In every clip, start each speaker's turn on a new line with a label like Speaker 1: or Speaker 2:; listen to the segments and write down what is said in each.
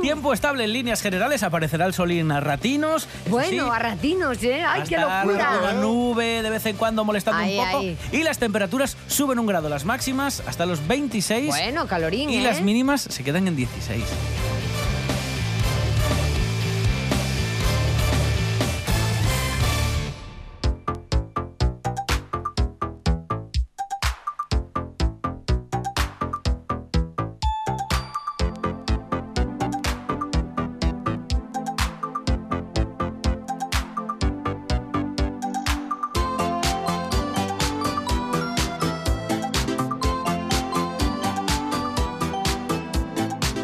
Speaker 1: Tiempo estable en líneas generales, aparecerá el sol en ratinos. eso
Speaker 2: Bueno,
Speaker 1: sí,
Speaker 2: a ratinos, ¿eh?
Speaker 1: va a
Speaker 2: ¡Ay, qué
Speaker 1: estar Una
Speaker 2: locura!
Speaker 1: nube de vez en cuando molestando
Speaker 2: Ahí,
Speaker 1: un poco.
Speaker 2: ahí.
Speaker 1: Y las temperaturas suben un grado, las máximas hasta los 26.
Speaker 2: Bueno, calorín,
Speaker 1: Y
Speaker 2: ¿eh?
Speaker 1: las mínimas se quedan en 16.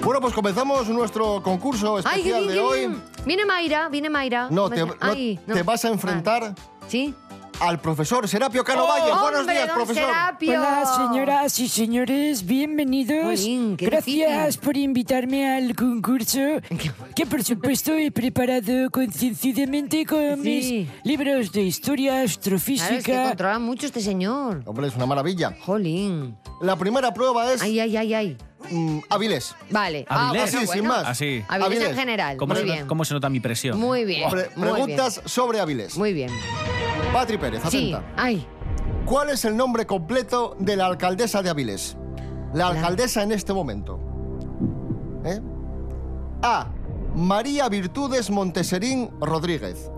Speaker 3: Bueno, pues comenzamos nuestro concurso
Speaker 2: ¡Ay, qué
Speaker 3: especial
Speaker 2: bien,
Speaker 3: de
Speaker 2: qué
Speaker 3: hoy.
Speaker 2: bien! Viene Mayra, viene Mayra.
Speaker 3: No, te, no,
Speaker 2: Ay, no.
Speaker 3: te vas a enfrentar
Speaker 2: Vale. ¿Sí?
Speaker 3: al profesor Serapio Canovalle. Buenos
Speaker 2: ¡Hombre,
Speaker 3: días,
Speaker 2: don
Speaker 3: profesor.
Speaker 2: Serapio!
Speaker 4: Hola, señoras y Ah, señores, bienvenidos.
Speaker 2: Jolín, qué
Speaker 4: Gracias
Speaker 2: difícil.
Speaker 4: por invitarme al concurso, que por supuesto he preparado concienzudamente
Speaker 2: Sí.
Speaker 4: con mis libros de historia,
Speaker 2: Claro,
Speaker 4: astrofísica.
Speaker 2: es que controla mucho este señor.
Speaker 3: Hombre, es una maravilla.
Speaker 2: ¡Jolín!
Speaker 3: La primera prueba es
Speaker 2: ¡Ay, ay, ay, ay!
Speaker 3: mm, Avilés.
Speaker 2: Vale. Ah,
Speaker 1: Avilés.
Speaker 3: Así,
Speaker 2: bueno,
Speaker 3: sin
Speaker 2: bueno.
Speaker 3: más.
Speaker 1: Así.
Speaker 2: Avilés
Speaker 3: Avilés.
Speaker 2: en general.
Speaker 1: ¿Cómo,
Speaker 2: Muy
Speaker 1: se,
Speaker 2: bien.
Speaker 1: cómo se nota mi presión?
Speaker 2: Muy bien.
Speaker 3: Pre-
Speaker 2: muy
Speaker 3: preguntas sobre Avilés.
Speaker 2: bien. Muy bien.
Speaker 3: Patri Pérez,
Speaker 2: Sí.
Speaker 3: atenta.
Speaker 2: Ay,
Speaker 3: ¿Cuál es el nombre completo de la alcaldesa de Avilés? La alcaldesa en este momento. ¿Eh? A. María Virtudes Monteserín Rodríguez.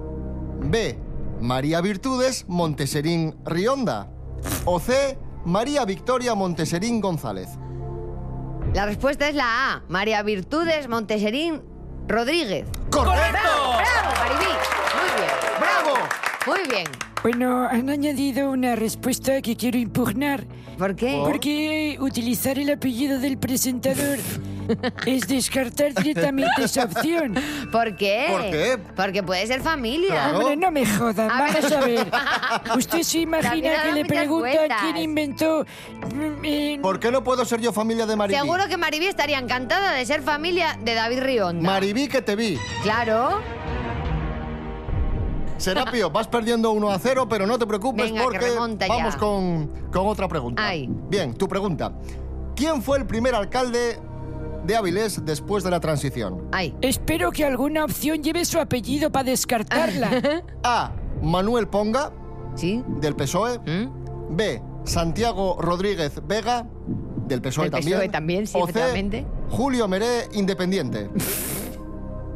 Speaker 3: B. María Virtudes Monteserín Rionda. O C. María Victoria Monteserín González.
Speaker 2: la respuesta es la A. María Virtudes Monteserín Rodríguez.
Speaker 3: ¡Correcto!
Speaker 2: ¡Bravo, Maribí! Muy bien.
Speaker 3: ¡Bravo!
Speaker 2: Muy bien.
Speaker 4: Bueno, han añadido una respuesta que quiero impugnar.
Speaker 2: ¿Por qué?
Speaker 4: Porque utilizar el apellido del presentador es descartar directamente esa opción.
Speaker 2: ¿Por qué?
Speaker 3: ¿Por qué?
Speaker 2: Porque puede ser familia.
Speaker 3: Claro.
Speaker 4: Hombre, no me jodan,
Speaker 2: A ver.
Speaker 4: vamos a ver. ¿Usted se
Speaker 2: También ha
Speaker 4: imagina que
Speaker 2: dado
Speaker 4: le
Speaker 2: muchas
Speaker 4: pregunta
Speaker 2: vueltas.
Speaker 4: quién inventó... mm, eh,
Speaker 3: ¿Por qué no puedo ser yo familia de Maribí?
Speaker 2: Seguro que Maribí estaría encantada de ser familia de David Rionda.
Speaker 3: Maribí que te vi.
Speaker 2: claro.
Speaker 3: Serapio, vas perdiendo 1 a 0, pero no te preocupes
Speaker 2: Venga, que
Speaker 3: porque
Speaker 2: remonta ya.
Speaker 3: vamos con, con otra pregunta.
Speaker 2: Ay.
Speaker 3: Bien, tu pregunta. ¿Quién fue el primer alcalde de Avilés después de la transición?
Speaker 2: Ay.
Speaker 4: Espero que alguna opción lleve su apellido para descartarla.
Speaker 3: A. Manuel Ponga,
Speaker 2: ¿Sí?
Speaker 3: del PSOE.
Speaker 2: ¿Mm?
Speaker 3: E. B. Santiago Rodríguez Vega, del PSOE E
Speaker 2: Del
Speaker 3: también.
Speaker 2: PSOE E también, sí,
Speaker 3: o C.
Speaker 2: efectivamente.
Speaker 3: Julio Meré, independiente.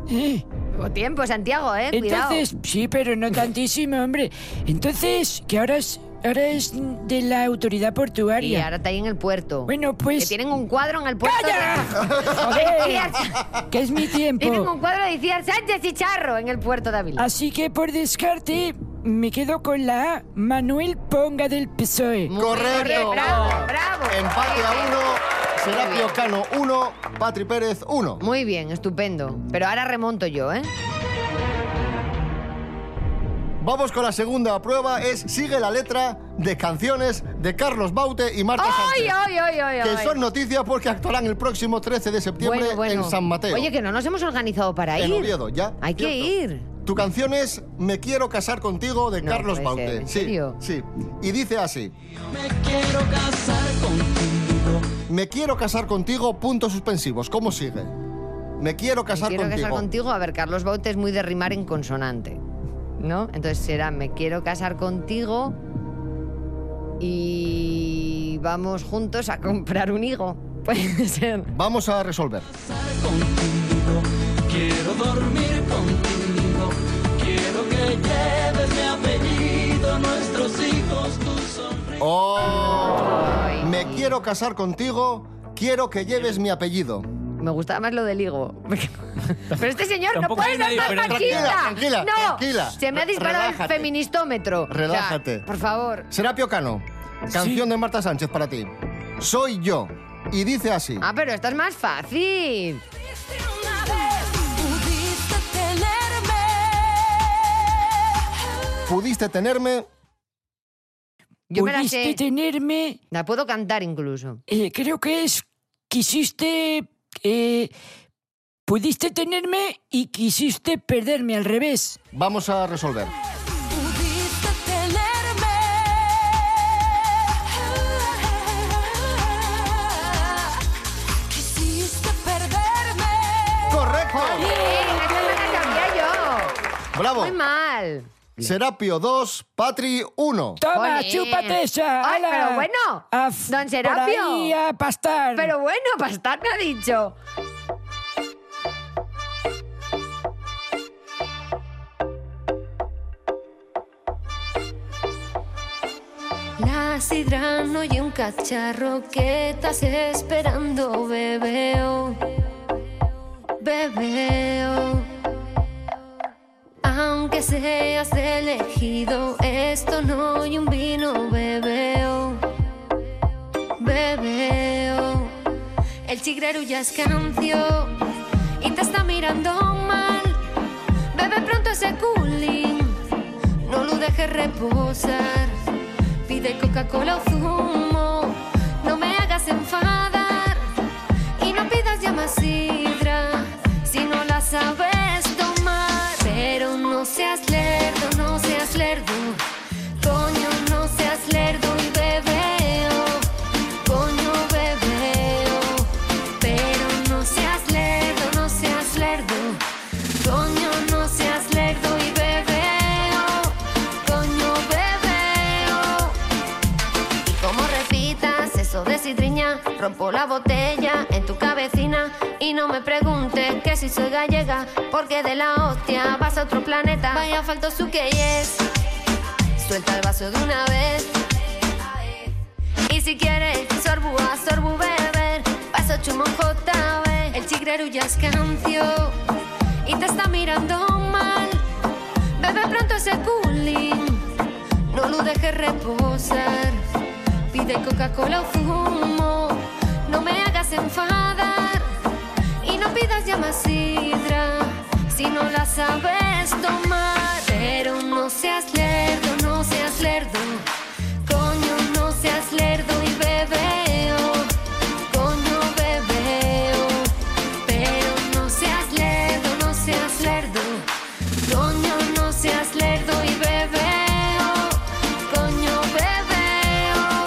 Speaker 4: Eh,
Speaker 2: Poco tiempo, Santiago, ¿eh? Cuidado.
Speaker 4: Entonces, sí, pero no tantísimo, hombre. Entonces, que ahora es, ahora es de la autoridad
Speaker 2: Y
Speaker 4: portuaria.
Speaker 2: ahora está ahí en el puerto.
Speaker 4: Bueno,
Speaker 2: Que
Speaker 4: pues...
Speaker 2: tienen un cuadro en el puerto.
Speaker 4: ¡Calla!
Speaker 2: Decía-
Speaker 4: Que es mi
Speaker 2: Tienen
Speaker 4: tiempo.
Speaker 2: un cuadro de Iciar Sánchez y Charro en el puerto de Ávila.
Speaker 4: Así que por descarte me quedo con la A, Manuel Ponga del PSOE.
Speaker 2: Muy
Speaker 3: Correcto.
Speaker 2: bien, bravo, bravo.
Speaker 3: Empate a
Speaker 2: Muy bien.
Speaker 3: 1,
Speaker 2: Muy
Speaker 3: Serapio
Speaker 2: bien.
Speaker 3: Cano 1, Patri Pérez 1.
Speaker 2: Muy bien, estupendo. Pero ahora remonto yo, ¿eh?
Speaker 3: Vamos con la segunda prueba, es Sigue la letra de canciones de Carlos Baute y Marta
Speaker 2: ¡Ay,
Speaker 3: Sánchez,
Speaker 2: ay, ay, ay!
Speaker 3: que
Speaker 2: ay!
Speaker 3: son noticias porque actuarán el próximo 13 de septiembre en San Mateo.
Speaker 2: Oye, que no nos hemos organizado para
Speaker 3: En
Speaker 2: ir.
Speaker 3: Oviedo, ya,
Speaker 2: Hay que
Speaker 3: cierto.
Speaker 2: ir.
Speaker 3: Tu Tu canción es Me quiero casar contigo de
Speaker 2: No
Speaker 3: Carlos
Speaker 2: puede ser,
Speaker 3: Baute.
Speaker 2: ¿en
Speaker 3: sí,
Speaker 2: serio?
Speaker 3: sí. Y dice así.
Speaker 5: Me quiero casar contigo.
Speaker 3: Me quiero casar contigo, puntos suspensivos. ¿Cómo sigue? Me quiero
Speaker 2: Me
Speaker 3: casar
Speaker 2: quiero
Speaker 3: contigo.
Speaker 2: casar contigo. A ver, Carlos Baute es muy de rimar en consonante, ¿no? Entonces será me quiero casar contigo y vamos juntos a comprar un higo. Puede ser.
Speaker 3: Vamos a resolver.
Speaker 5: Casar contigo. Quiero dormir contigo. Quiero que lleves mi apellido, nuestros hijos, tu sonrisa.
Speaker 3: Oh,
Speaker 2: Ay,
Speaker 3: me quiero casar contigo, quiero que lleves mi apellido.
Speaker 2: Me gustaba más lo del higo. Pero este señor no
Speaker 1: Tampoco
Speaker 2: puede
Speaker 1: hay
Speaker 2: ser
Speaker 1: una
Speaker 2: más machista.
Speaker 1: diferencia.
Speaker 3: Tranquila, tranquila,
Speaker 2: no,
Speaker 3: tranquila.
Speaker 2: Se me ha disparado
Speaker 3: Relájate.
Speaker 2: el feministómetro. O sea,
Speaker 3: Relájate.
Speaker 2: por favor.
Speaker 3: Serapio Cano, canción de Marta Sánchez para ti. Soy yo. Y dice así.
Speaker 2: Ah, pero esto es más fácil.
Speaker 3: Pudiste tenerme.
Speaker 2: Yo me la
Speaker 4: Pudiste
Speaker 2: sé.
Speaker 4: tenerme.
Speaker 2: La puedo cantar incluso.
Speaker 4: eh, creo que es. Quisiste. eh, pudiste tenerme y quisiste perderme al revés.
Speaker 3: Vamos a resolver. ¡Correcto!
Speaker 2: ¡Esta me la sabía yo!
Speaker 3: ¡Bravo!
Speaker 2: Muy mal.
Speaker 3: Serapio 2, Patri 1.
Speaker 4: Toma,
Speaker 2: Jolín.
Speaker 4: chúpate esa.
Speaker 2: Ay,
Speaker 4: ala.
Speaker 2: pero bueno,
Speaker 4: A f-
Speaker 2: don
Speaker 4: por
Speaker 2: Serapio.
Speaker 4: ahí a pastar.
Speaker 2: Pero bueno, Pastar me ha dicho.
Speaker 6: La sidra no y un cacharro que estás esperando, bebeo, bebeo. Aunque seas elegido, esto no y un vino, bebeo, bebeo. El chigrero ya es cancio y te está mirando mal. Bebe pronto ese cooling, no lo dejes reposar. Pide Coca-Cola o zumo, no me hagas enfadar. Y no pidas ya más sidra si no la sabes tomar. Pero no seas lerdo, no seas lerdo. Coño, no seas lerdo y bebeo. Coño, bebeo. Pero no seas lerdo, no seas lerdo. Coño, no seas lerdo y bebeo. Coño, bebeo. Y como repitas eso de sidriña, rompo la botella en tu cabecina. Y no me preguntes que si soy gallega, porque de la hostia vas a otro planeta. Vaya falto su que es. Suelta el vaso de una vez. Y si quieres, sorbu a sorbu beber. Paso chumo JB. El chigrero ya es cancio y te está mirando mal. Bebe pronto ese cooling, no lo dejes reposar. Pide Coca-Cola o fumo, no me hagas enfadar. Y no pidas ya más sidra si no la sabes tomar. Pero no seas lerdo, no seas lerdo. Coño, no seas lerdo y bebeo. Coño, bebeo. Pero no seas lerdo, no seas lerdo. Coño, no seas lerdo y bebeo. Coño, bebeo.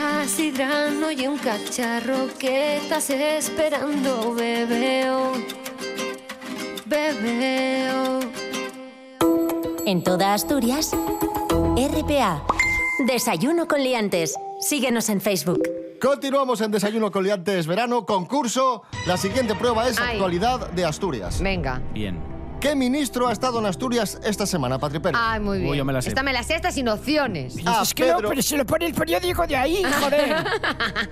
Speaker 6: La sidra no y un cacharro que estás esperando, bebeo, bebeo.
Speaker 7: En toda Asturias, RPA. Desayuno con liantes. Síguenos en Facebook.
Speaker 3: Continuamos en Desayuno con Liantes Verano, concurso. La siguiente prueba es
Speaker 2: Ay.
Speaker 3: actualidad de Asturias.
Speaker 2: Venga.
Speaker 1: Bien.
Speaker 3: ¿Qué ministro ha estado en Asturias esta semana, Patri Pérez?
Speaker 2: Ay, muy bien.
Speaker 1: Uy, yo me la sé.
Speaker 2: Esta me la sé hasta sin opciones.
Speaker 3: Ah,
Speaker 4: es que no,
Speaker 3: Pedro.
Speaker 4: pero se lo pone el periódico de ahí,
Speaker 2: Ah.
Speaker 4: joder.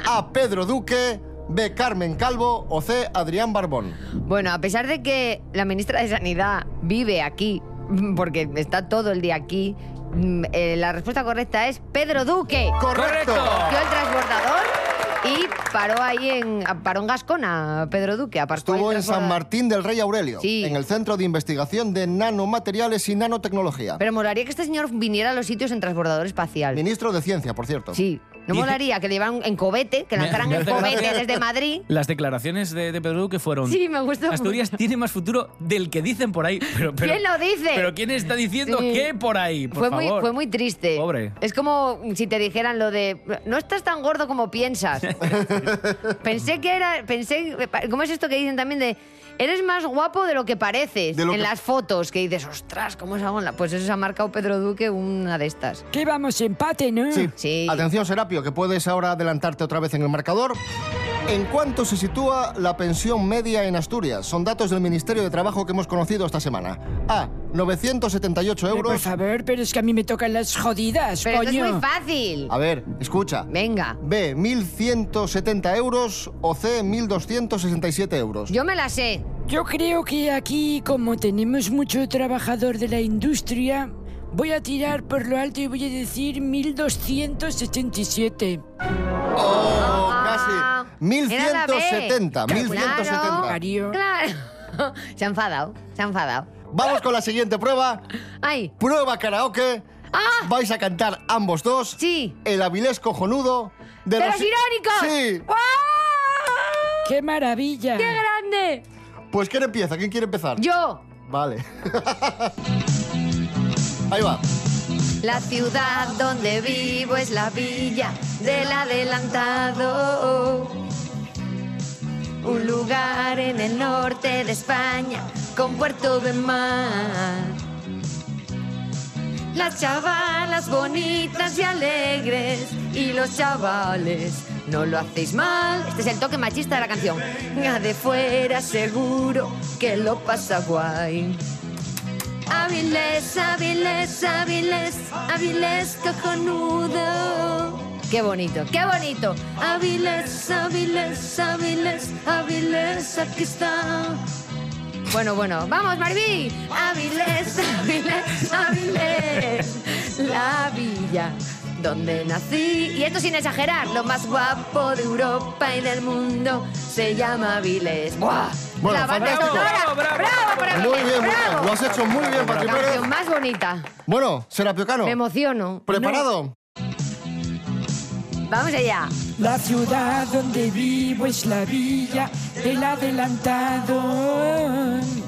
Speaker 3: A. Pedro Duque, B. Carmen Calvo o C. Adrián Barbón.
Speaker 2: Bueno, a pesar de que la ministra de Sanidad vive aquí, porque está todo el día aquí, mm, eh, la respuesta correcta es Pedro Duque.
Speaker 3: ¡Correcto!
Speaker 2: Dio el transbordador y paró ahí en. Paró en Gascona, Pedro Duque. aparcó ahí
Speaker 3: Estuvo
Speaker 2: el
Speaker 3: en San
Speaker 2: transbordador.
Speaker 3: Martín del Rey Aurelio,
Speaker 2: Sí.
Speaker 3: en el Centro de Investigación de Nanomateriales y Nanotecnología.
Speaker 2: Pero molaría que este señor viniera a los sitios en transbordador espacial.
Speaker 3: Ministro de Ciencia, por cierto.
Speaker 2: Sí, No
Speaker 1: Dice-
Speaker 2: molaría que le llevaran en cobete, que
Speaker 1: Me-
Speaker 2: lanzaran
Speaker 1: me
Speaker 2: en
Speaker 1: hace
Speaker 2: cobete
Speaker 1: gracia.
Speaker 2: desde Madrid.
Speaker 1: Las declaraciones de, de Pedro que fueron.
Speaker 2: Sí, me gustó.
Speaker 1: Asturias tiene más futuro del que dicen por ahí. Pero, pero-
Speaker 2: ¿Quién lo dice?
Speaker 1: Pero ¿quién está diciendo
Speaker 2: Sí.
Speaker 1: qué por ahí? Por
Speaker 2: fue, muy,
Speaker 1: favor.
Speaker 2: fue muy triste.
Speaker 1: Pobre.
Speaker 2: Es como si te dijeran lo de no estás tan gordo como piensas. pensé que era. Pensé. ¿Cómo es esto que dicen también de eres más guapo de lo que pareces
Speaker 3: De lo
Speaker 2: en
Speaker 3: que-
Speaker 2: las fotos? Que dices, ostras, ¿cómo es hago? en la-?" Pues eso se ha marcado Pedro Duque una de estas.
Speaker 4: Que vamos, empate, ¿no?
Speaker 3: Sí.
Speaker 2: Mm, Sí.
Speaker 3: Atención, Serapio, que puedes ahora adelantarte otra vez en el marcador. ¿En cuánto se sitúa la pensión media en Asturias? Son datos del Ministerio de Trabajo que hemos conocido esta semana. A. 978
Speaker 4: Pero, Por
Speaker 3: euros.
Speaker 4: favor, pero es que a mí me tocan las jodidas,
Speaker 2: Pero esto
Speaker 4: coño.
Speaker 2: es muy fácil.
Speaker 3: A ver, escucha.
Speaker 2: Venga.
Speaker 3: B. 1.170 euros o C. 1.267 euros.
Speaker 2: Yo me la sé.
Speaker 4: Yo creo que aquí, como tenemos mucho trabajador de la industria, voy a tirar por lo alto y voy a decir 1287.
Speaker 3: ¡Oh,
Speaker 2: Ah,
Speaker 3: casi! 1.170,
Speaker 2: era la B.
Speaker 3: 1.170.
Speaker 4: Mario.
Speaker 2: Claro. Se ha enfadado, se ha enfadado.
Speaker 3: Vamos con la siguiente prueba.
Speaker 2: Ay,
Speaker 3: Prueba karaoke.
Speaker 2: ¡Ah!
Speaker 3: Vais a cantar ambos dos.
Speaker 2: sí.
Speaker 3: El Avilés Cojonudo de,
Speaker 2: ¡De
Speaker 3: los-
Speaker 2: los irónicos!
Speaker 3: Sí.
Speaker 2: ¡Guau!
Speaker 4: ¡Qué maravilla!
Speaker 2: ¡Qué grande!
Speaker 3: Pues ¿quién empieza? ¿Quién quiere empezar?
Speaker 2: Yo,
Speaker 3: Vale. Ahí va.
Speaker 2: la ciudad donde vivo es la villa del adelantado. Un lugar en el norte de España con puerto de mar. Las chavalas bonitas y alegres y los chavales no lo hacéis mal. Este es el toque machista de la canción. De fuera seguro que lo pasa guay. Áviles, hábiles, hábiles, hábiles cojonudo. Qué bonito, qué bonito. Hábiles, hábiles, hábiles, hábiles, aquí está. Bueno, bueno, vamos, Marví. Hábiles, hábiles, hábiles. La villa donde nací. Y esto sin exagerar, lo más guapo de Europa y del mundo se llama Avilés. ¡Buah!
Speaker 3: Bueno,
Speaker 2: la banda
Speaker 3: fantástico.
Speaker 2: sonora.
Speaker 1: Bravo, bravo.
Speaker 2: ¡Bravo por Avilés,
Speaker 3: Muy bien, muy bien.
Speaker 2: bravo.
Speaker 3: Lo has hecho muy bien, Patri
Speaker 2: La
Speaker 3: Pérez.
Speaker 2: canción más bonita.
Speaker 3: Bueno, Serapio Cano.
Speaker 2: Me emociono.
Speaker 3: ¿Preparado?
Speaker 2: Vamos allá.
Speaker 4: La ciudad donde vivo es la villa del adelantado.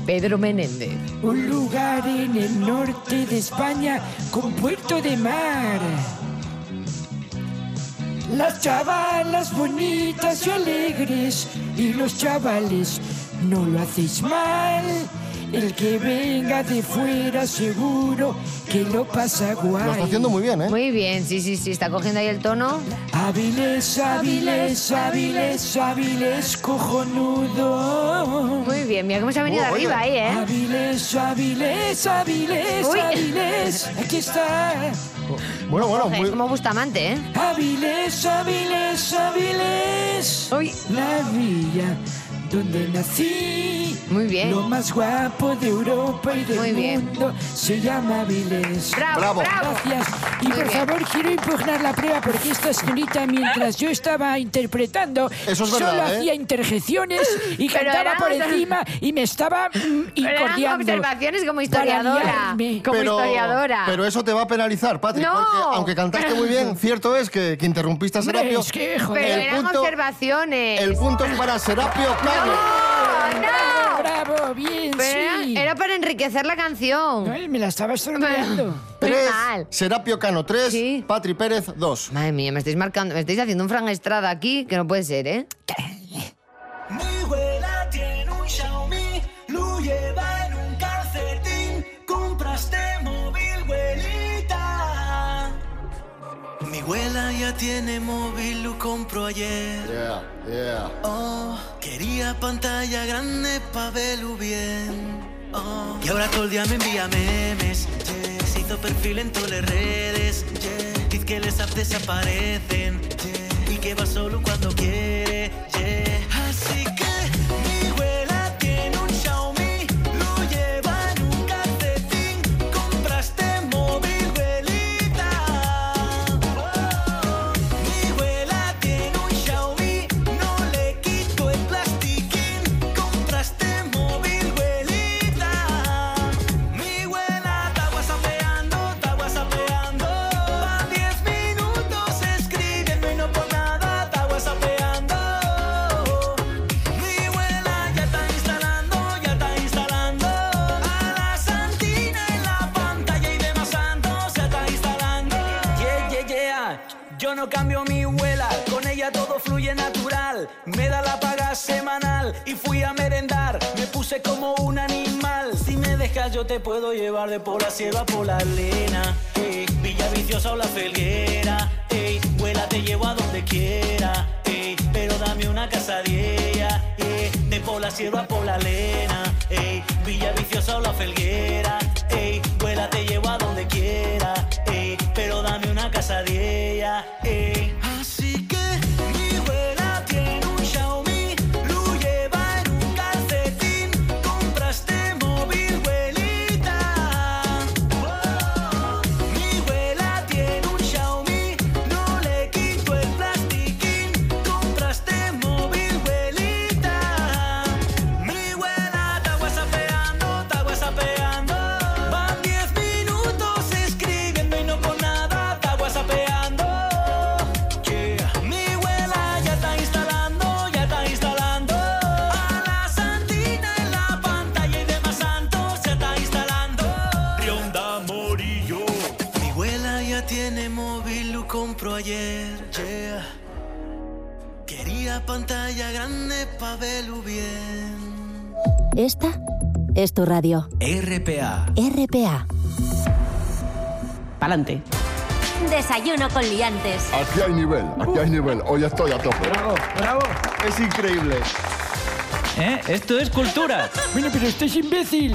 Speaker 2: Pedro Menéndez.
Speaker 4: Un lugar en el norte de España con puerto de mar. Las chavalas bonitas y alegres y los chavales no lo hacéis mal. El que venga de fuera seguro que lo pasa guay.
Speaker 3: Lo está haciendo muy bien, ¿eh?
Speaker 2: Muy bien, sí, sí, sí. Está cogiendo ahí el tono.
Speaker 4: Hábiles, hábiles, hábiles, hábiles, cojonudo.
Speaker 2: Muy bien, mira cómo se ha venido
Speaker 3: Oh, oye.
Speaker 2: arriba ahí, ¿eh?
Speaker 4: Hábiles, hábiles, hábiles,
Speaker 2: Uy.
Speaker 4: hábiles, aquí está.
Speaker 3: Bueno, bueno,
Speaker 2: Joder,
Speaker 3: muy-
Speaker 2: Como Bustamante, ¿eh?
Speaker 4: Hábiles, hábiles, hábiles.
Speaker 2: Uy.
Speaker 4: La villa donde nací.
Speaker 2: Muy bien.
Speaker 4: Lo más guapo de Europa y del
Speaker 2: Muy bien.
Speaker 4: mundo se llama Hábiles.
Speaker 2: Bravo, bravo.
Speaker 3: Bravo.
Speaker 4: Gracias. Y
Speaker 2: Muy
Speaker 4: por
Speaker 2: bien.
Speaker 4: favor, quiero impugnar la prueba porque esta señorita, mientras yo estaba interpretando,
Speaker 3: Eso es
Speaker 4: solo
Speaker 3: verdad, ¿eh?
Speaker 4: hacía interjecciones y
Speaker 2: Pero
Speaker 4: cantaba
Speaker 2: eran
Speaker 4: por
Speaker 2: obser-
Speaker 4: encima y me estaba mm,
Speaker 2: Eran
Speaker 4: incordiando.
Speaker 2: observaciones como
Speaker 4: Para
Speaker 2: historiadora.
Speaker 4: liarme.
Speaker 2: Como
Speaker 3: pero,
Speaker 2: historiadora.
Speaker 3: pero eso te va a penalizar, Patri.
Speaker 2: No.
Speaker 3: Porque aunque cantaste muy bien, cierto es que, que interrumpiste a
Speaker 4: Hombre,
Speaker 3: Serapio.
Speaker 4: es que, joder.
Speaker 2: Pero
Speaker 3: el
Speaker 2: eran
Speaker 3: punto-
Speaker 2: observaciones.
Speaker 3: El punto es para Serapio Cano.
Speaker 2: ¡No! ¡No!
Speaker 4: Bravo, bien,
Speaker 2: Pero era-
Speaker 4: sí.
Speaker 2: era para enriquecer la canción.
Speaker 4: Ay, me la estaba estropeando.
Speaker 2: Muy
Speaker 3: Tres,
Speaker 2: mal.
Speaker 3: Serapio Cano 3,
Speaker 2: Sí.
Speaker 3: Patri Pérez 2.
Speaker 2: Madre mía, me estáis marcando, me estáis haciendo un Fran Estrada aquí que no puede ser, ¿eh?
Speaker 6: Mi abuela tiene un Xiaomi, lo lleva en un calcetín. Compraste móvil, abuelita. Mi abuela ya tiene móvil, lo compró ayer.
Speaker 3: Yeah, yeah.
Speaker 6: Oh, quería pantalla grande pa' verlo bien. Oh, y ahora todo el día me envía memes. yeah. Se hizo perfil en todas las redes. yeah. Diz que les apps desaparecen. yeah. Y que va solo cuando quiere. yeah. Así que mi abuela tiene un Xiaomi. Lo lleva en un calcetín. Compraste móvil, abuelita. Mi abuela tiene un Xiaomi, no le quito el plastiquín. Compraste móvil, abuelita. Mi abuela está whatsappeando, está whatsappeando. Pa' 10 minutos escríbeme y no Ah,
Speaker 1: Yo no cambio mi huela, con ella todo fluye natural. Me da la paga semanal y fui a merendar. Me puse como un animal. Si me dejas, yo te puedo llevar de por la sierra por la arena. Ey, Villa Viciosa o la felguera. Ey, huela, te llevo a donde quiera. Ey, pero dame una casadilla. Ey, de por la sierra por la arena. Ey, Villa Viciosa o la felguera. Ey, huela, te llevo a donde quiera. Ey, pero dame una casadilla. Ey. Así que mi abuela tiene un Xiaomi, lo lleva en un calcetín. Compraste móvil, abuelita. Mi abuela tiene un Xiaomi, no le quito el plastiquín. Compraste móvil, abuelita. Mi abuela está whatsappeando, está whatsappeando. Van 10 minutos escribiendo y no por nada está whatsappeando. Yeah. Mi abuela ya está instalando, ya está instalando. A la santina en la pantalla y demás santos se está instalando.
Speaker 6: Rionda Morillo. Mi abuela ya tiene móvil, lo compró ayer. Yeah. Quería pantalla grande pa' verlo bien.
Speaker 7: Esta es tu radio.
Speaker 1: RPA.
Speaker 7: RPA.
Speaker 8: Pa'lante.
Speaker 7: Desayuno con liantes.
Speaker 9: Aquí hay nivel, aquí hay nivel. Hoy estoy a tope. Bravo,
Speaker 3: bravo. Es increíble.
Speaker 10: ¿Eh? Esto es cultura.
Speaker 4: Bueno, pero usted es imbécil.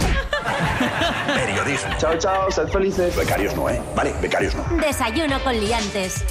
Speaker 11: Periodismo. Chao, chao, sed felices. Becarios no, ¿eh? Vale, becarios no.
Speaker 7: Desayuno con liantes.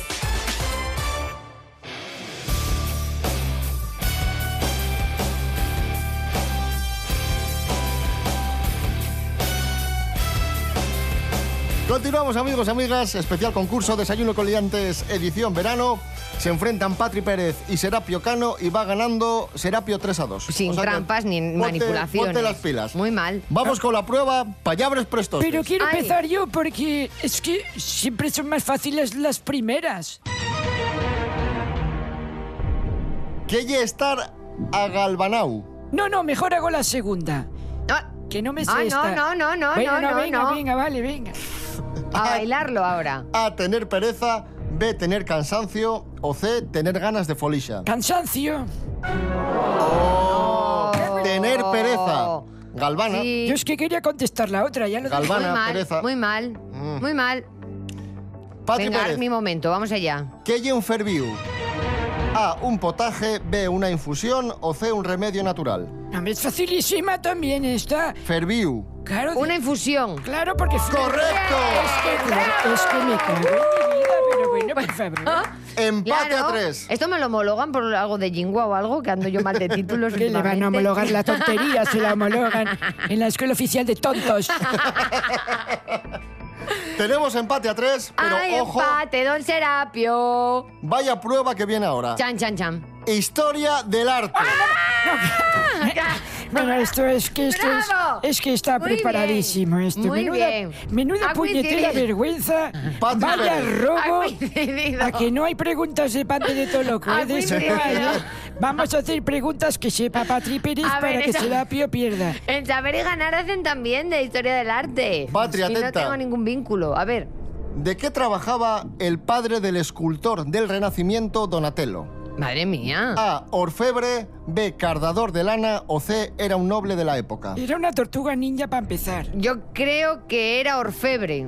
Speaker 3: Continuamos, amigos, amigas. Especial concurso Desayuno con Liantes, edición verano. Se enfrentan Patri Pérez y Serapio Cano y va ganando Serapio 3 a 2.
Speaker 2: Sin
Speaker 3: O sea que
Speaker 2: trampas ni
Speaker 3: ponte-
Speaker 2: manipulaciones.
Speaker 3: Ponte las pilas.
Speaker 2: Muy mal.
Speaker 3: Vamos con la prueba Payabres Prestos.
Speaker 4: Pero quiero empezar yo porque es que siempre son más fáciles las primeras.
Speaker 3: Que ya estar a Galbanau.
Speaker 4: No, no, mejor hago la segunda. Que no me sé
Speaker 2: Ah, no,
Speaker 4: esta.
Speaker 2: no, no, no,
Speaker 4: Bueno,
Speaker 2: no, no,
Speaker 4: venga,
Speaker 2: no.
Speaker 4: venga, vale, venga.
Speaker 2: A bailarlo ahora.
Speaker 3: A tener pereza, B tener cansancio o C tener ganas de folicha.
Speaker 4: Cansancio.
Speaker 3: Tener
Speaker 2: Oh.
Speaker 3: pereza. Galvana.
Speaker 4: Yo es que quería contestar la otra, ya lo dije.
Speaker 3: Galvana,
Speaker 2: muy mal,
Speaker 3: pereza.
Speaker 2: muy mal,
Speaker 3: Mm.
Speaker 2: muy mal.
Speaker 3: Patri
Speaker 2: Venga,
Speaker 3: Pérez.
Speaker 2: mi momento, vamos allá.
Speaker 3: Que lle un ferviu. A, un potaje, B, una infusión o C, un remedio natural.
Speaker 4: Hombre, es facilísima también esta.
Speaker 3: Ferviu.
Speaker 4: Claro,
Speaker 2: Una infusión.
Speaker 4: claro, porque...
Speaker 3: ¡Correcto!
Speaker 4: Es que, ¡Ah! claro, es que me cago en mi vida, pero bueno, por favor.
Speaker 3: Empate
Speaker 2: Claro,
Speaker 3: a tres.
Speaker 2: Esto me lo homologan por algo de Jingua o algo, que ando yo mal de títulos.
Speaker 4: Hombre, le van a
Speaker 2: últimamente.
Speaker 4: homologar la tontería, se la homologan en la escuela oficial de tontos.
Speaker 3: Tenemos empate a tres, pero
Speaker 2: ¡Ay,
Speaker 3: ojo,
Speaker 2: empate, don Serapio!
Speaker 3: vaya prueba que viene ahora.
Speaker 2: Chan, chan, chan.
Speaker 3: Historia del arte.
Speaker 4: Bueno, esto es que esto es,
Speaker 2: ¡Bravo!
Speaker 4: es que está
Speaker 2: Muy
Speaker 4: preparadísimo
Speaker 2: bien,
Speaker 4: esto.
Speaker 2: muy
Speaker 4: menuda
Speaker 2: bien.
Speaker 4: menuda
Speaker 2: Ha
Speaker 4: puñetera
Speaker 2: coincidido.
Speaker 4: vergüenza.
Speaker 3: Patri
Speaker 4: Vaya
Speaker 3: Pérez.
Speaker 4: robo.
Speaker 2: Ha coincidido.
Speaker 4: A que no hay preguntas de Patri de Toloco.
Speaker 2: Ha
Speaker 4: ¿eh? De eso no
Speaker 2: coincidido.
Speaker 4: hay, ¿eh? Vamos a hacer preguntas que sepa Patri Pérez
Speaker 2: A ver,
Speaker 4: para que
Speaker 2: esa-
Speaker 4: Serapio pierda.
Speaker 2: El saber y ganar hacen también de historia del arte.
Speaker 3: Patria,
Speaker 2: y no
Speaker 3: atenta.
Speaker 2: tengo ningún vínculo. A ver,
Speaker 3: ¿De qué trabajaba el padre del escultor del Renacimiento Donatello?
Speaker 2: madre mía.
Speaker 3: A, orfebre, B, cardador de lana o C, era un noble de la época.
Speaker 4: Era una tortuga ninja para empezar.
Speaker 2: Yo creo que era orfebre.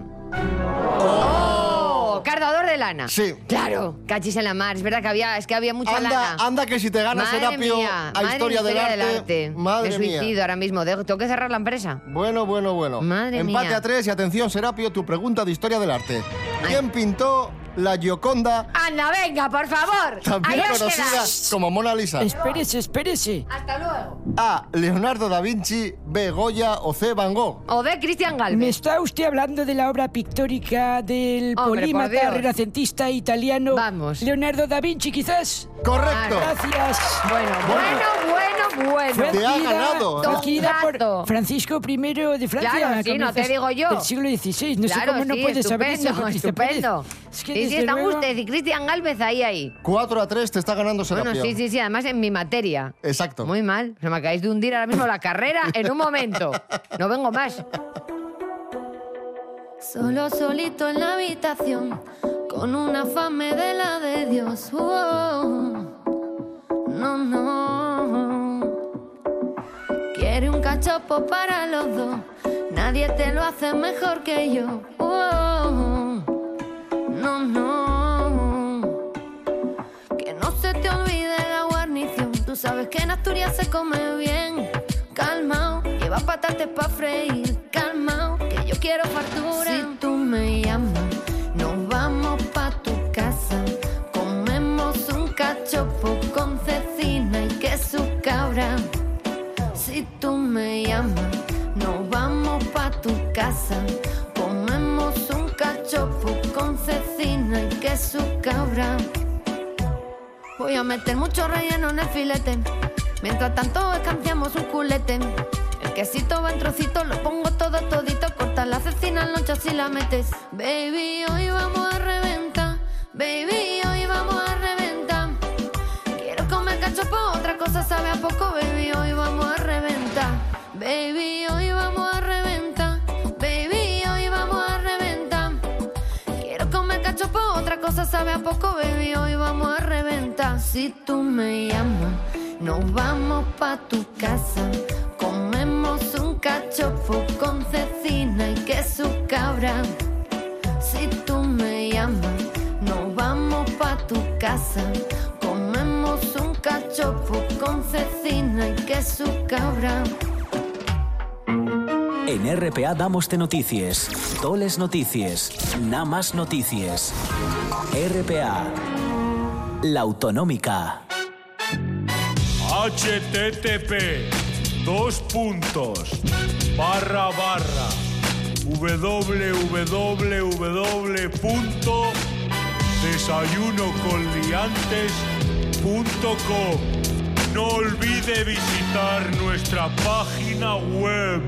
Speaker 2: ¡Oh! Cardador de lana.
Speaker 3: Sí.
Speaker 2: Claro, cachis en la mar. Es verdad que había, es que había mucha
Speaker 3: Anda,
Speaker 2: lana.
Speaker 3: anda que si te ganas
Speaker 2: Madre
Speaker 3: Serapio
Speaker 2: mía,
Speaker 3: a
Speaker 2: madre
Speaker 3: historia, del, arte,
Speaker 2: Me
Speaker 3: Madre
Speaker 2: suicido
Speaker 3: mía.
Speaker 2: ahora mismo. Dejo- tengo que cerrar la empresa.
Speaker 3: Bueno, bueno, bueno.
Speaker 2: Madre
Speaker 3: Empate
Speaker 2: mía.
Speaker 3: a tres y atención, Serapio, tu pregunta de historia del arte. ¿Quién pintó la Gioconda,
Speaker 2: Anda, venga, por favor.
Speaker 3: también
Speaker 2: Ahí os
Speaker 3: conocida
Speaker 2: quedáis.
Speaker 3: como Mona Lisa?
Speaker 4: Espérese, espérese.
Speaker 2: Hasta luego.
Speaker 3: A. Leonardo da Vinci, B. Goya o C. Van Gogh.
Speaker 2: O de Cristian
Speaker 4: Me
Speaker 2: Galvez.
Speaker 4: está usted hablando de la obra pictórica del
Speaker 2: Hombre, por
Speaker 4: polímata
Speaker 2: Dios.
Speaker 4: renacentista italiano
Speaker 2: Vamos.
Speaker 4: Leonardo da Vinci, quizás.
Speaker 3: Correcto.
Speaker 4: Gracias.
Speaker 2: Bueno, bueno, bueno, bueno.
Speaker 3: Te ha ganado, ¿eh?
Speaker 4: fue adquirida
Speaker 2: Gato.
Speaker 4: por Francisco I de Francia.
Speaker 2: Claro,
Speaker 4: a
Speaker 2: sí, no
Speaker 4: comienzos
Speaker 2: te digo yo.
Speaker 4: Del siglo XVI. No sé
Speaker 2: claro,
Speaker 4: cómo no
Speaker 2: sí,
Speaker 4: puedes saber eso.
Speaker 2: estupendo,
Speaker 4: Patricia Pérez.
Speaker 2: estupendo.
Speaker 4: Es que
Speaker 2: sí, sí,
Speaker 4: desde
Speaker 2: están
Speaker 4: luego-
Speaker 2: ustedes y Cristian Galvez ahí, ahí.
Speaker 3: 4 a 3 te está ganando Serapio.
Speaker 2: Bueno, sí, sí, sí, además en mi materia.
Speaker 3: Exacto.
Speaker 2: Muy mal. Se me acabáis de hundir ahora mismo la carrera en un momento. No vengo más.
Speaker 12: Solo solito en la habitación,
Speaker 2: con una fame de la de Dios. Oh, no, no. Quiere un cachopo para los dos. Nadie te lo hace mejor que yo. Oh, no, no. Que no se te olvide la guarnición. Tú sabes que en Asturias se come bien. Calmao, lleva patates pa' freír. Calmao, que yo quiero fartura. Si tú me llamas, nos vamos pa' tu casa. Comemos un cachopo con cecina y queso cabra. Si tú me llamas, nos vamos pa' tu casa. Comemos un cachopo con cecina y queso cabra. Voy a meter mucho relleno en el filete. Mientras tanto escanciamos un culete. El quesito va en trocitos, lo pongo todo todito. Cortas la cecina en lonchas y la metes. Baby, hoy vamos a reventar. Baby, hoy vamos a reventar. Quiero comer cachopo, otra cosa sabe a poco, baby, hoy vamos a reventar. Baby, hoy vamos a reventar. Baby, hoy vamos a reventar. Quiero comer cachopo, otra cosa sabe a poco, baby, hoy vamos a reventar. Si tú me llamas, nos vamos pa' tu casa. Comemos un cachopo con cecina y queso cabra. Si tú me llamas, nos vamos pa' tu casa. Comemos un cachopo con cecina y queso cabra.
Speaker 6: En RPA damoste noticias, toles noticias, nada más noticias. RPA, la autonómica.
Speaker 13: HTTP, dos puntos, barra barra, www.desayunoconliantes.com. No olvide visitar nuestra página web.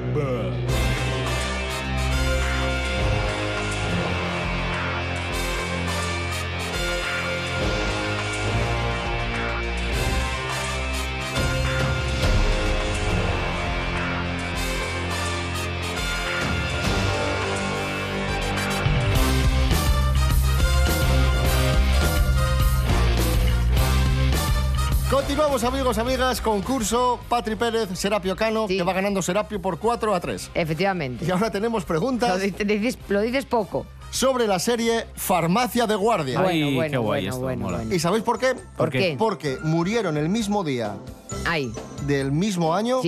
Speaker 3: Continuamos, amigos, amigas, concurso. Patri Pérez, Serapio Cano, que va ganando Serapio por 4 a 3.
Speaker 14: Efectivamente.
Speaker 3: Y ahora tenemos preguntas. Lo
Speaker 14: dices, poco.
Speaker 3: Sobre la serie Farmacia de Guardia.
Speaker 14: Ay, Bueno, bueno, qué guay bueno, esto, bueno, mola. Ah, bueno.
Speaker 3: ¿Y sabéis por qué?
Speaker 14: ¿Por qué?
Speaker 3: Porque murieron el mismo día
Speaker 14: Ahí.
Speaker 3: del mismo año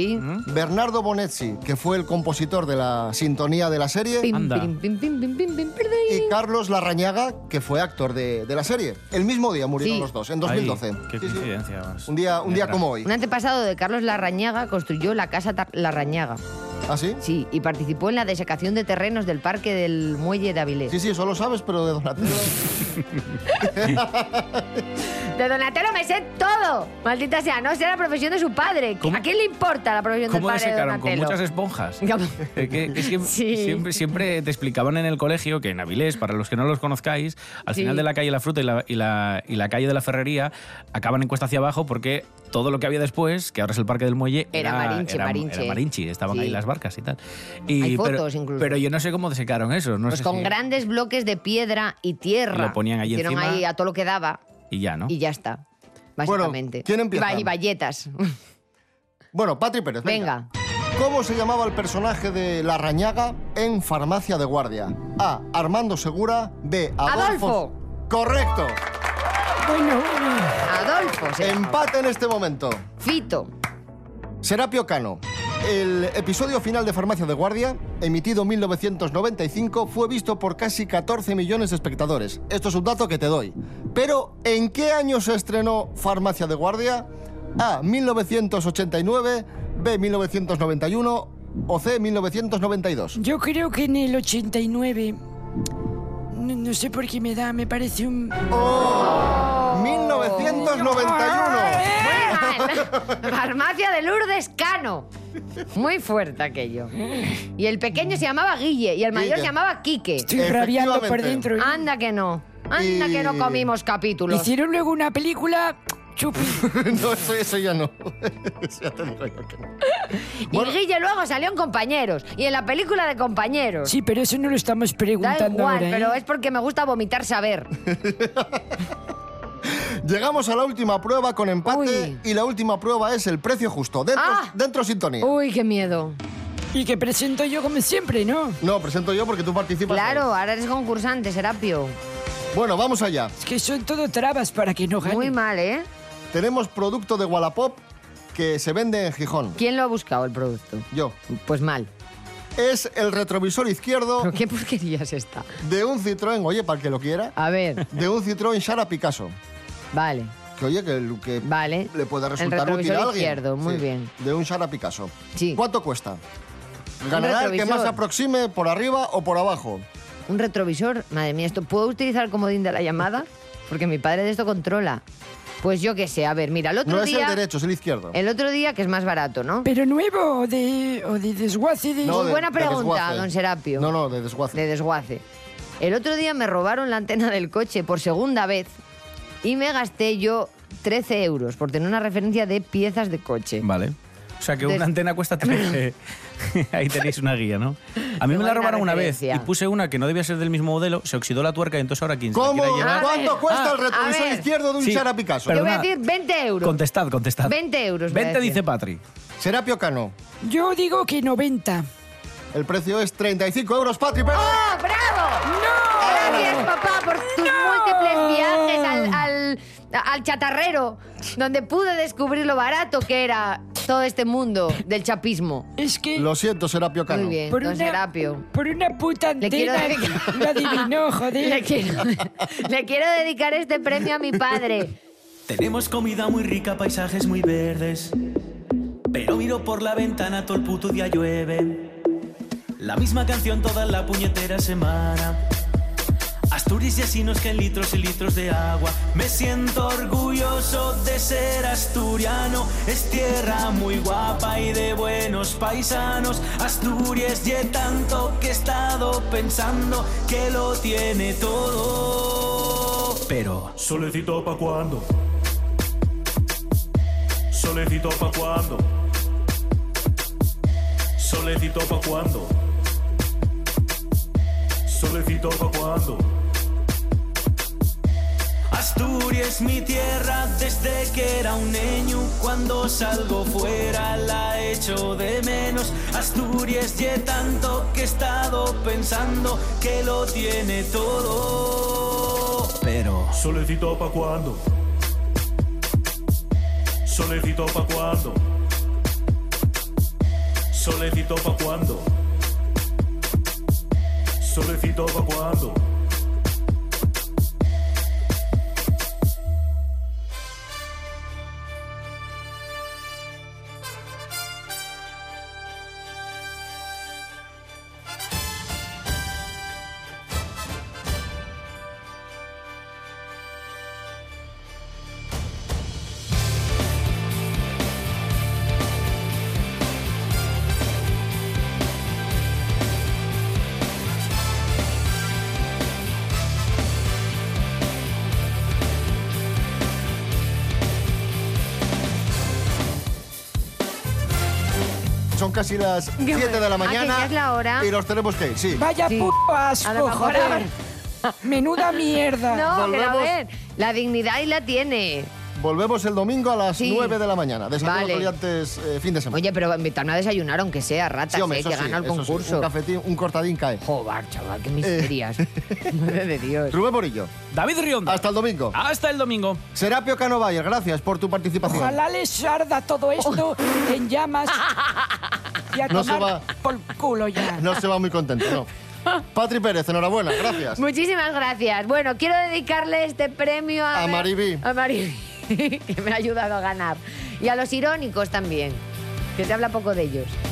Speaker 3: Bernardo Bonetti, que fue el compositor de la sintonía de la serie,
Speaker 14: Pim, pim, pim, pim, pim, pim, pim, perdón.
Speaker 3: y Carlos Larrañaga, que fue actor de, de la serie. El mismo día murieron los dos, en 2012.
Speaker 1: qué coincidencia. más.
Speaker 3: Un día, un día
Speaker 1: Negra.
Speaker 3: como hoy.
Speaker 14: Un antepasado de Carlos Larrañaga construyó la casa Tar- Larrañaga.
Speaker 3: ¿Ah, sí?
Speaker 14: Sí, y participó en la desecación de terrenos del parque del muelle de Avilés.
Speaker 3: Sí, sí, eso lo sabes, pero de Donatello.
Speaker 14: De Donatello me sé todo. Maldita sea, no sé la profesión de su padre. ¿A quién le importa la profesión del
Speaker 1: ¿Cómo
Speaker 14: padre de
Speaker 1: desecaron? Con
Speaker 14: Donatello? pues,
Speaker 1: muchas esponjas. Eh, que- que siem-
Speaker 14: Sí.
Speaker 1: siempre, siempre te explicaban en el colegio que en Avilés, para los que no los conozcáis, al
Speaker 14: Sí.
Speaker 1: final de la calle La Fruta y la, y la- y la calle de la Ferrería acaban en cuesta hacia abajo porque todo lo que había después, que ahora es el Parque del Muelle,
Speaker 14: Era
Speaker 1: era,
Speaker 14: Marinche,
Speaker 1: era-
Speaker 14: Marinche.
Speaker 1: era Marinche, estaban
Speaker 14: Sí.
Speaker 1: ahí las barcas y tal. Y,
Speaker 14: Hay
Speaker 1: pero,
Speaker 14: fotos incluso.
Speaker 1: Pero yo no sé cómo desecaron eso. No
Speaker 14: Pues
Speaker 1: sé
Speaker 14: con
Speaker 1: si-
Speaker 14: grandes bloques de piedra y tierra.
Speaker 1: Lo ponían allí
Speaker 14: Hicieron
Speaker 1: encima.
Speaker 14: ahí a todo lo que daba
Speaker 1: Y ya, ¿no?
Speaker 14: y ya está. Básicamente.
Speaker 3: ¿quién empieza?
Speaker 14: Y ba- Y valletas.
Speaker 3: bueno, Patri Pérez,
Speaker 14: Venga.
Speaker 3: ¿Cómo se llamaba el personaje de Larrañaga en Farmacia de Guardia? A. Armando Segura. B. Adolfo.
Speaker 14: Adolfo.
Speaker 3: Correcto.
Speaker 4: Bueno,
Speaker 14: Adolfo. se llamaba.
Speaker 3: Empate en este momento.
Speaker 14: Fito.
Speaker 3: Serapio Cano. El episodio final de Farmacia de Guardia, emitido en 1995, fue visto por casi 14 millones de espectadores. Esto es un dato que te doy. Pero, ¿en qué año se estrenó Farmacia de Guardia? A. 1989, B. 1991 o C. 1992.
Speaker 4: yo creo que en el 89. No, no sé por qué me da, me parece un.
Speaker 3: 1991.
Speaker 14: Farmacia de Lourdes Cano. Muy fuerte aquello. Y el pequeño se llamaba Guille y el mayor
Speaker 3: Guille.
Speaker 14: se llamaba Quique.
Speaker 4: Estoy rabiando por
Speaker 2: Ah,
Speaker 3: Efectivamente.
Speaker 4: dentro. ¿eh?
Speaker 14: Anda que no. Anda
Speaker 3: Y-
Speaker 14: que no comimos capítulos.
Speaker 4: Hicieron luego una película
Speaker 2: Chupi.
Speaker 3: no, eso, eso ya no. Eso ya te digo yo que no.
Speaker 2: Y Guille luego salió en Compañeros. Y en la película de Compañeros.
Speaker 4: Sí, pero eso no lo estamos
Speaker 2: Da
Speaker 4: preguntando
Speaker 2: igual,
Speaker 4: ahora. ¿eh?
Speaker 2: pero es porque me gusta vomitar saber.
Speaker 3: Llegamos a la última prueba con empate y la última prueba es el precio justo. Dentro,
Speaker 2: Ah.
Speaker 3: dentro sintonía.
Speaker 2: Uy, qué miedo.
Speaker 4: Y que presento yo como siempre, ¿no?
Speaker 3: No, presento yo porque tú participas.
Speaker 2: Claro, ahora eres concursante, Serapio.
Speaker 3: Bueno, vamos allá.
Speaker 4: Es que son todo trabas para que no gane.
Speaker 2: Muy mal, ¿eh?
Speaker 3: Tenemos producto de Wallapop que se vende en Gijón.
Speaker 2: ¿Quién lo ha buscado el producto?
Speaker 3: Yo.
Speaker 2: Pues mal.
Speaker 3: Es el retrovisor izquierdo
Speaker 2: ¿Pero qué porquería es esta?
Speaker 3: de un Citroën, oye, para el que lo quiera,
Speaker 2: A ver,
Speaker 3: de un Citroën Shara Picasso.
Speaker 2: vale,
Speaker 3: Que oye, que, el- que
Speaker 2: vale.
Speaker 3: le puede
Speaker 2: El
Speaker 3: resultar útil a
Speaker 2: retrovisor
Speaker 3: alguien.
Speaker 2: izquierdo, muy bien.
Speaker 3: De un Shara Picasso.
Speaker 2: Sí.
Speaker 3: ¿Cuánto cuesta? ¿Ganará el que
Speaker 2: retrovisor.
Speaker 3: más se aproxime por arriba o por abajo?
Speaker 2: Un retrovisor, madre mía, ¿esto puedo utilizar el comodín de la llamada? Porque mi padre de esto controla. Pues yo qué sé, a ver, mira, el otro
Speaker 3: No es
Speaker 2: día...
Speaker 3: el derecho, es el izquierdo.
Speaker 2: el otro día, que es más barato, ¿no?
Speaker 4: Pero nuevo o de, o de desguace de...
Speaker 3: No,
Speaker 2: Muy
Speaker 3: de-
Speaker 2: buena
Speaker 3: de
Speaker 2: pregunta,
Speaker 3: desguace.
Speaker 2: don Serapio.
Speaker 3: No, no, de desguace.
Speaker 2: de desguace. El otro día me robaron la antena del coche por segunda vez y me gasté yo 13 euros por tener una referencia de piezas de coche.
Speaker 1: Vale. O sea que una
Speaker 2: Des-
Speaker 1: antena cuesta 13. Ahí tenéis una guía, ¿no? A mí me
Speaker 2: buena
Speaker 1: la robaron una vez y
Speaker 2: referencia.
Speaker 1: puse una que no debía ser del mismo modelo, se oxidó la tuerca y entonces ahora quien se la
Speaker 3: ¿Cómo?
Speaker 1: quiera llevar...
Speaker 3: ¿Cuánto
Speaker 2: ver,
Speaker 3: cuesta
Speaker 2: ah,
Speaker 3: el
Speaker 2: a
Speaker 3: retrovisor
Speaker 2: ver.
Speaker 3: izquierdo de un
Speaker 1: Sí,
Speaker 3: Shara Picasso?
Speaker 2: Yo voy a
Speaker 1: Perdona.
Speaker 2: decir 20 euros.
Speaker 1: Contestad, contestad.
Speaker 2: 20 euros. voy a
Speaker 1: 20
Speaker 2: decir.
Speaker 1: dice Patri.
Speaker 3: Serapio Cano.
Speaker 4: Yo digo que 90.
Speaker 3: El precio es 35 euros, Patri Pérez.
Speaker 2: ¡Oh, bravo! ¡No! Gracias, papá, por tus múltiples viajes al, al, al chatarrero, donde pude descubrir lo barato que era todo este mundo del chapismo.
Speaker 4: Es que...
Speaker 3: Lo siento, Serapio Cano.
Speaker 2: Muy bien,
Speaker 4: Por
Speaker 2: don
Speaker 4: una-
Speaker 2: Serapio.
Speaker 4: Por una puta
Speaker 2: Le quiero
Speaker 4: antena
Speaker 2: dedicar...
Speaker 4: lo adivinó,
Speaker 2: Le
Speaker 4: joder.
Speaker 2: quiero... le quiero dedicar este premio a mi padre.
Speaker 5: Tenemos comida muy rica, paisajes muy verdes. Pero miro por la ventana, todo el puto día llueve. La misma canción toda la puñetera semana. Asturias y asinos que en litros y litros de agua. Me siento orgulloso de ser asturiano. Es tierra muy guapa y de buenos paisanos. Asturias y tanto que he estado pensando que lo tiene todo.
Speaker 1: Pero
Speaker 13: Solecito pa' cuando. Solecito pa' cuando. Solecito pa' cuando. Solecito pa' cuando.
Speaker 5: Asturias, mi tierra, desde que era un niño. Cuando salgo fuera la echo de menos. Asturias, y tanto que he estado pensando que lo tiene todo.
Speaker 1: Pero
Speaker 13: Solecito pa' cuando. Solecito pa' cuando. Solecito pa' cuando. Solecito pa' cuando.
Speaker 3: Son casi las 7 de la
Speaker 2: Ah, que
Speaker 3: mañana.
Speaker 2: ya es la hora.
Speaker 3: Y los tenemos que ir, sí.
Speaker 4: Vaya
Speaker 2: Sí.
Speaker 4: puto
Speaker 2: A
Speaker 4: asco,
Speaker 2: lo mejor
Speaker 4: joder. Menuda mierda.
Speaker 2: No, pero a
Speaker 3: Volvemos.
Speaker 2: ver, la dignidad ahí la tiene.
Speaker 3: Volvemos el domingo a las
Speaker 2: Sí.
Speaker 3: 9 de la mañana. Desayuno
Speaker 2: Vale.
Speaker 3: antes fin de semana.
Speaker 2: Oye, pero invitarme a desayunar, aunque sea ratas,
Speaker 3: Sí, hombre,
Speaker 2: eh,
Speaker 3: eso
Speaker 2: que
Speaker 3: sí,
Speaker 2: gana el
Speaker 3: eso sí.
Speaker 2: concurso.
Speaker 3: Un Eh. cafetín, un cortadín cae.
Speaker 2: Joder, chaval, qué miserias. Madre de Dios.
Speaker 3: Rubén Morillo,
Speaker 1: David Rionda.
Speaker 3: hasta el domingo.
Speaker 1: Hasta el domingo.
Speaker 3: Serapio Cano Bayer, gracias por tu participación.
Speaker 4: Ojalá les arda todo esto
Speaker 2: Oh.
Speaker 4: en llamas y a
Speaker 3: No se
Speaker 4: tomar
Speaker 3: va.
Speaker 4: por culo ya.
Speaker 3: No se va muy contento, no. Patri Pérez, enhorabuena, gracias.
Speaker 2: Muchísimas gracias. Bueno, quiero dedicarle este premio a...
Speaker 3: A Mariví.
Speaker 2: A Mariví, que me ha ayudado a ganar. Y a los irónicos también, que se habla poco de ellos.